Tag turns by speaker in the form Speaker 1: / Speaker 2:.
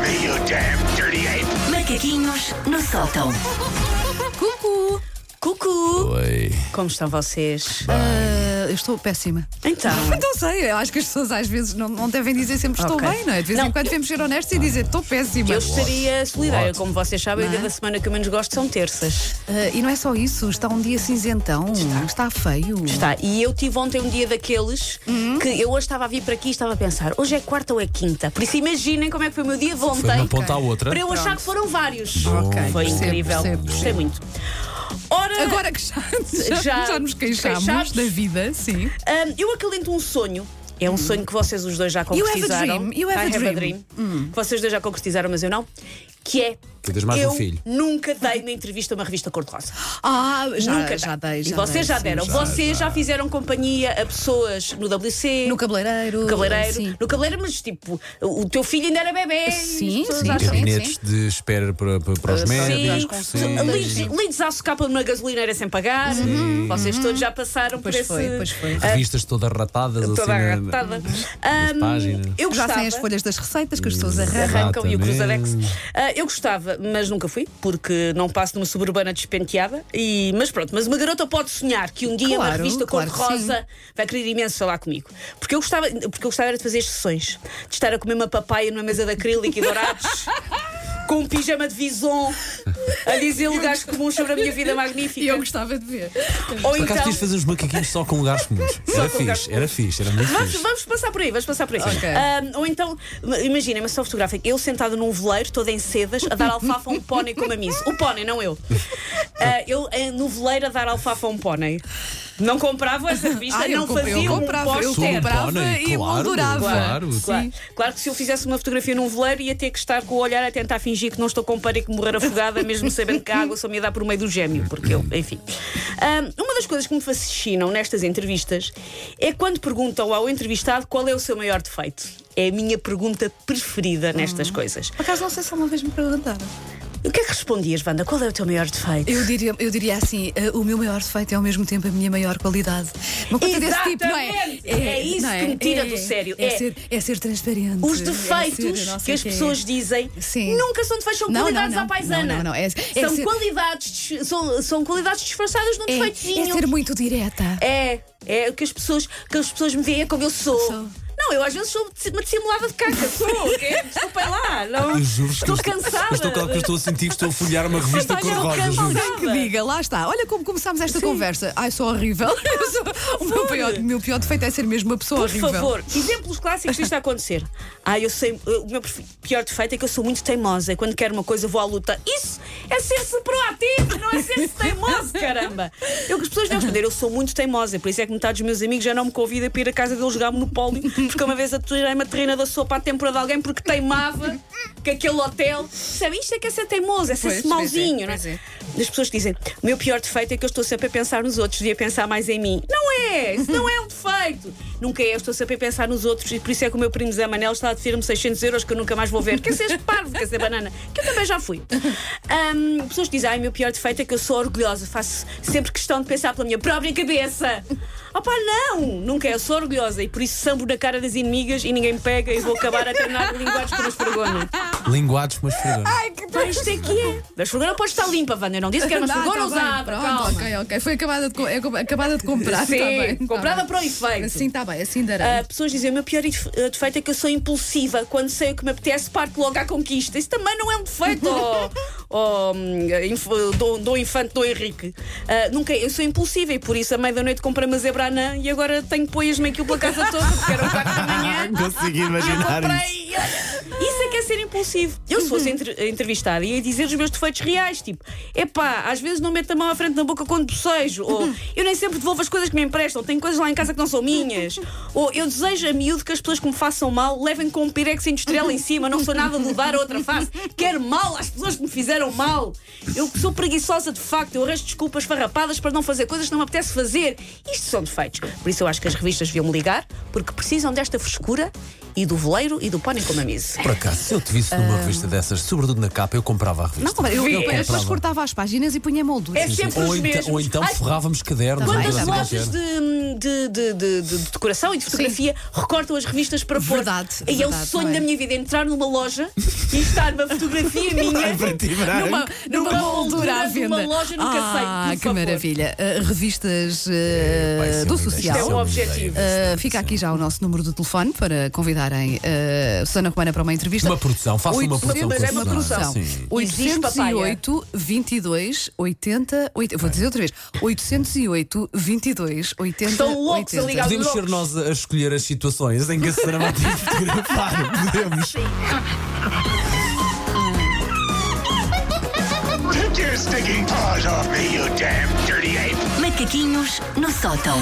Speaker 1: me, you damn dirty ape!
Speaker 2: Macaquinhos no sótão.
Speaker 3: Cucu! Cucu!
Speaker 4: Oi.
Speaker 3: Como estão vocês?
Speaker 5: Ah, eu estou péssima.
Speaker 3: Então.
Speaker 5: Não sei, eu acho que as pessoas às vezes não, não devem dizer sempre estou
Speaker 3: Ok.
Speaker 5: bem, não é? De vez
Speaker 3: Não,
Speaker 5: em quando devemos ser honestos e dizer estou péssima.
Speaker 3: Eu estaria solidária,
Speaker 4: Ótimo.
Speaker 3: como vocês sabem, o dia da semana que eu menos gosto são terças.
Speaker 5: Ah, e não é só isso, está um dia cinzentão, está, feio.
Speaker 3: Está. E eu tive ontem um dia daqueles que eu hoje estava a vir para aqui e estava a pensar, hoje é quarta ou é quinta? Por isso imaginem como é que foi o meu dia de ontem.
Speaker 4: Foi de uma ponta à outra.
Speaker 3: Para eu achar que foram vários.
Speaker 5: Ok,
Speaker 3: Foi
Speaker 5: percebo,
Speaker 3: incrível.
Speaker 5: percebo.
Speaker 3: Gostei muito. Ora,
Speaker 5: Agora que já, já,
Speaker 3: Já
Speaker 5: já nos queixámos
Speaker 3: queixámos.
Speaker 5: da vida, sim.
Speaker 3: hum, eu acalento um sonho. É um
Speaker 5: Uhum.
Speaker 3: sonho que vocês os dois já
Speaker 5: have a
Speaker 3: concretizaram.
Speaker 5: dream, you have
Speaker 3: I
Speaker 5: a
Speaker 3: have a
Speaker 5: dream. Hum.
Speaker 3: dream. Que vocês dois já concretizaram, mas eu não. Que é.
Speaker 4: Cuidas mais do
Speaker 3: eu
Speaker 4: filho.
Speaker 3: nunca dei na entrevista a uma revista cor-de-rosa.
Speaker 5: Ah, já,
Speaker 3: Nunca
Speaker 5: já
Speaker 3: dei.
Speaker 5: dei.
Speaker 3: e vocês
Speaker 5: dei,
Speaker 3: já
Speaker 5: sim.
Speaker 3: deram. vocês já. fizeram companhia a pessoas no WC.
Speaker 5: No cabeleireiro.
Speaker 3: no cabeleireiro.
Speaker 5: Sim.
Speaker 3: No cabeleireiro, mas tipo, o o teu filho ainda era bebê.
Speaker 5: Sim,
Speaker 3: As pessoas
Speaker 5: sim,
Speaker 4: Em
Speaker 3: acham-
Speaker 5: tipo
Speaker 4: gabinetes de espera para, para, para os médicos.
Speaker 3: Sim, leads- leads à socapa numa gasolineira sem pagar. Vocês todos já passaram
Speaker 5: Uhum. Pois
Speaker 3: por esse.
Speaker 5: foi, pois foi.
Speaker 4: Revistas todas ratadas
Speaker 3: Toda
Speaker 4: assim. na-
Speaker 3: arratada.
Speaker 4: nas
Speaker 3: Ahm,
Speaker 4: páginas.
Speaker 3: eu
Speaker 5: Já
Speaker 3: gostava.
Speaker 5: sem as folhas das receitas que as pessoas arrancam.
Speaker 3: Arrancam e o
Speaker 4: Exatamente.
Speaker 3: Cruzadex. Ah, eu gostava, mas nunca fui, porque não passo numa suburbana despenteada. E, mas pronto, mas uma garota pode sonhar que um dia uma
Speaker 5: Claro,
Speaker 3: revista
Speaker 5: claro que
Speaker 3: cor-de-rosa vai querer imenso falar comigo. Porque eu, gostava, porque eu gostava era de fazer as sessões, de estar a comer uma papaya numa mesa de acrílico e dourados. Com um pijama de vison a dizer lugares comuns sobre a minha vida magnífica.
Speaker 5: E eu gostava de ver.
Speaker 3: Ou
Speaker 4: Por acaso
Speaker 3: então.
Speaker 4: podias fazer os macaquinhos só com lugares comuns. Era fixe, era fixe, era muito
Speaker 3: Vamos,
Speaker 4: fixe.
Speaker 3: vamos passar por aí, vamos passar por aí.
Speaker 5: Ok.
Speaker 3: Ahm, ou então, imaginem-me só fotográfica, eu sentada num veleiro, toda em sedas, a dar alfafa a um pônei com uma missa. O pônei, não eu. Ah, eu eh, no veleiro a dar alfafa a um pônei. Não comprava essa revista,
Speaker 5: Ah, eu
Speaker 3: não
Speaker 5: comp- eu
Speaker 3: fazia
Speaker 5: comprava, eu
Speaker 3: um
Speaker 4: Tu um
Speaker 3: póster.
Speaker 5: comprava.
Speaker 4: pônei,
Speaker 5: e moldurava.
Speaker 4: Claro,
Speaker 3: Claro, claro. Claro que se eu fizesse uma fotografia num veleiro ia ter que estar com o olhar a tentar fingir que não estou com pânico de morrer afogada, mesmo sabendo que a água só me ia dar por meio do gêmeo, porque eu, enfim. Ahm, uma das coisas que me fascinam nestas entrevistas é quando perguntam ao entrevistado qual é o seu maior defeito. É a minha pergunta preferida
Speaker 5: Uhum.
Speaker 3: nestas coisas.
Speaker 5: Por acaso não sei se alguma vez me perguntaram.
Speaker 3: O que é que respondias, Wanda? Qual é o teu maior defeito?
Speaker 5: Eu diria, eu diria assim: eh, o meu maior defeito é ao mesmo tempo a minha maior qualidade. Uma coisa desse tipo, não é?
Speaker 3: Exatamente! É isso
Speaker 5: não
Speaker 3: que me tira do sério,
Speaker 5: É,
Speaker 3: é.
Speaker 5: ser, é ser transparente.
Speaker 3: Os
Speaker 5: é
Speaker 3: defeitos
Speaker 5: ser, não sei
Speaker 3: que as
Speaker 5: quê.
Speaker 3: pessoas dizem
Speaker 5: Sim.
Speaker 3: nunca são defeitos, são
Speaker 5: Não, não,
Speaker 3: qualidades
Speaker 5: não.
Speaker 3: à paisana.
Speaker 5: Não, não, não. É- é
Speaker 3: são,
Speaker 5: ser-
Speaker 3: qualidades, dis- são, são qualidades disfarçadas num
Speaker 5: É, é
Speaker 3: defeitozinho.
Speaker 5: ser muito direta.
Speaker 3: É, é o que as pessoas, que as pessoas me veem é como eu sou.
Speaker 5: Sou.
Speaker 3: Não, eu às vezes sou de- uma dissimulada de caca. Sou, ok? Desculpem lá. Não,
Speaker 4: Eu juro que
Speaker 3: estou
Speaker 4: eu
Speaker 3: cansada.
Speaker 4: Eu estou, claro que eu estou a sentir que estou a folhear uma revista
Speaker 3: Olha,
Speaker 4: cor-de-rosa.
Speaker 3: eu canso-
Speaker 4: juro.
Speaker 5: Alguém que diga, lá está. Olha como começámos esta conversa. Ai, sou horrível. Eu sou- o meu pior, o meu pior defeito é ser mesmo uma pessoa
Speaker 3: Por
Speaker 5: horrível.
Speaker 3: favor, exemplos clássicos disto a acontecer. Ah, eu sei, o meu perfe- pior defeito é que eu sou muito teimosa. e Quando quero uma coisa, vou à luta. Isso é ser-se proativo, não é ser-se teimoso, caramba. Eu que as pessoas devem responder, eu sou muito teimosa, por isso é que metade dos meus amigos já não me convida para ir à casa deles jogar monopólio, porque uma vez atirei uma terrena da sopa à tempura de alguém porque teimava que aquele hotel. Sabe, isto é que é ser teimoso, é
Speaker 5: Pois,
Speaker 3: ser-se
Speaker 5: pois é,
Speaker 3: mauzinho, não
Speaker 5: pois
Speaker 3: é?
Speaker 5: é.
Speaker 3: As pessoas que dizem, o meu pior defeito é que eu estou sempre a pensar nos outros, devia pensar mais em mim. Não é! Isso não é um defeito! Nunca é, eu estou sempre a pensar nos outros e por isso é que o meu primo Zé Manel está a dever-me 600 euros que eu nunca mais vou ver. Quer ser este parvo, quer ser banana, que eu também já fui. Ahm, pessoas que dizem, ai, o meu pior defeito é que eu sou orgulhosa, faço sempre questão de pensar pela minha própria cabeça. Opa, não! Nunca é, eu sou orgulhosa e por isso sambo na cara das inimigas e ninguém me pega e vou acabar a treinar linguagens para as fregonas.
Speaker 4: Linguados, mas foda.
Speaker 5: Ai, que
Speaker 3: Pá, isto é que é. Mas fregona pode estar limpa, Wanda. Eu não disse que era uma
Speaker 5: Tá,
Speaker 3: fregona
Speaker 5: tá bem,
Speaker 3: usada.
Speaker 5: Pronto,
Speaker 3: calma.
Speaker 5: ok, ok. Foi acabada de, co- é co- acabada de comprar.
Speaker 3: Sim,
Speaker 5: tá bem, tá
Speaker 3: comprada
Speaker 5: bem.
Speaker 3: para o efeito.
Speaker 5: Assim está bem, assim dará.
Speaker 3: Ah, pessoas dizem: o meu pior def- eh, defeito é que eu sou impulsiva. Quando sei o que me apetece, parto logo à conquista. Isso também não é um defeito, ó- ó, hum, inf- do, do infante do Henrique. Ah, nunca, eu sou impulsiva e por isso, à meia-noite, comprei uma zebranã e agora tenho poias-me aqui pela casa toda, porque eram 4 da manhã.
Speaker 4: Consegui imaginar
Speaker 3: Comprei. Isso é que é ser impulsivo. Eu, se fosse entre- entrevistada, ia dizer os meus defeitos reais. Tipo, epá, às vezes não meto a mão à frente da boca quando bocejo. Ou eu nem sempre devolvo as coisas que me emprestam. Tenho coisas lá em casa que não são minhas. Ou eu desejo a miúdo que as pessoas que me façam mal levem com um pirex industrial em cima. Não sou nada de dar a outra face. Quero mal às pessoas que me fizeram mal. Eu que sou preguiçosa de facto. Eu arranjo desculpas farrapadas para não fazer coisas que não me apetece fazer. Isto são defeitos. Por isso eu acho que as revistas deviam me ligar porque precisam desta frescura e do veleiro e do pônei com mamise.
Speaker 4: Por acaso, se eu te visse
Speaker 3: Ah.
Speaker 4: numa revista dessas, sobretudo na capa, eu comprava a
Speaker 5: Não,
Speaker 4: revista.
Speaker 5: eu, eu, eu
Speaker 3: Vê.
Speaker 5: depois cortava as páginas e punha molduras.
Speaker 3: É sempre
Speaker 4: ou,
Speaker 3: os
Speaker 4: então-
Speaker 3: mesmos.
Speaker 4: ou então
Speaker 3: Ai,
Speaker 4: forrávamos cadernos.
Speaker 5: também,
Speaker 4: ou
Speaker 3: Quando
Speaker 4: coisa
Speaker 3: as
Speaker 5: também.
Speaker 4: qualquer.
Speaker 3: lojas de, hum, de, de, de- de decoração e de fotografia recortam as revistas para pôr.
Speaker 5: Verdade,
Speaker 3: E é o
Speaker 5: verdade,
Speaker 3: sonho
Speaker 5: não é?
Speaker 3: da minha vida entrar numa loja e estar uma fotografia minha numa,
Speaker 5: Numa moldura à
Speaker 3: de
Speaker 5: venda.
Speaker 3: Uma loja nunca
Speaker 5: ah,
Speaker 3: sei. por
Speaker 5: que
Speaker 3: favor.
Speaker 5: maravilha. Ah, revistas ah,
Speaker 4: Vai ser
Speaker 5: do
Speaker 4: uma ideia,
Speaker 5: social.
Speaker 4: isso
Speaker 3: É um
Speaker 4: uma
Speaker 3: objetivo.
Speaker 4: ideia.
Speaker 5: Uh, fica aqui já o nosso número de telefone para convidarem uh, Susana Romana para uma entrevista.
Speaker 4: Uma produção, faça uma produção
Speaker 3: mas
Speaker 4: com
Speaker 3: é uma
Speaker 4: Susana.
Speaker 3: produção.
Speaker 4: Sim.
Speaker 5: 808 22 80 8, vou dizer outra vez 808 22 80
Speaker 3: Estão loucos a
Speaker 5: 80.
Speaker 3: ligar.
Speaker 4: Podemos ser
Speaker 3: loucos.
Speaker 4: nós a escolher as situações em que a Susana vai ter que fotografar. Podemos.
Speaker 1: Take your stinking paws off me, you damn dirty ape!
Speaker 2: Macaquinhos no sótão.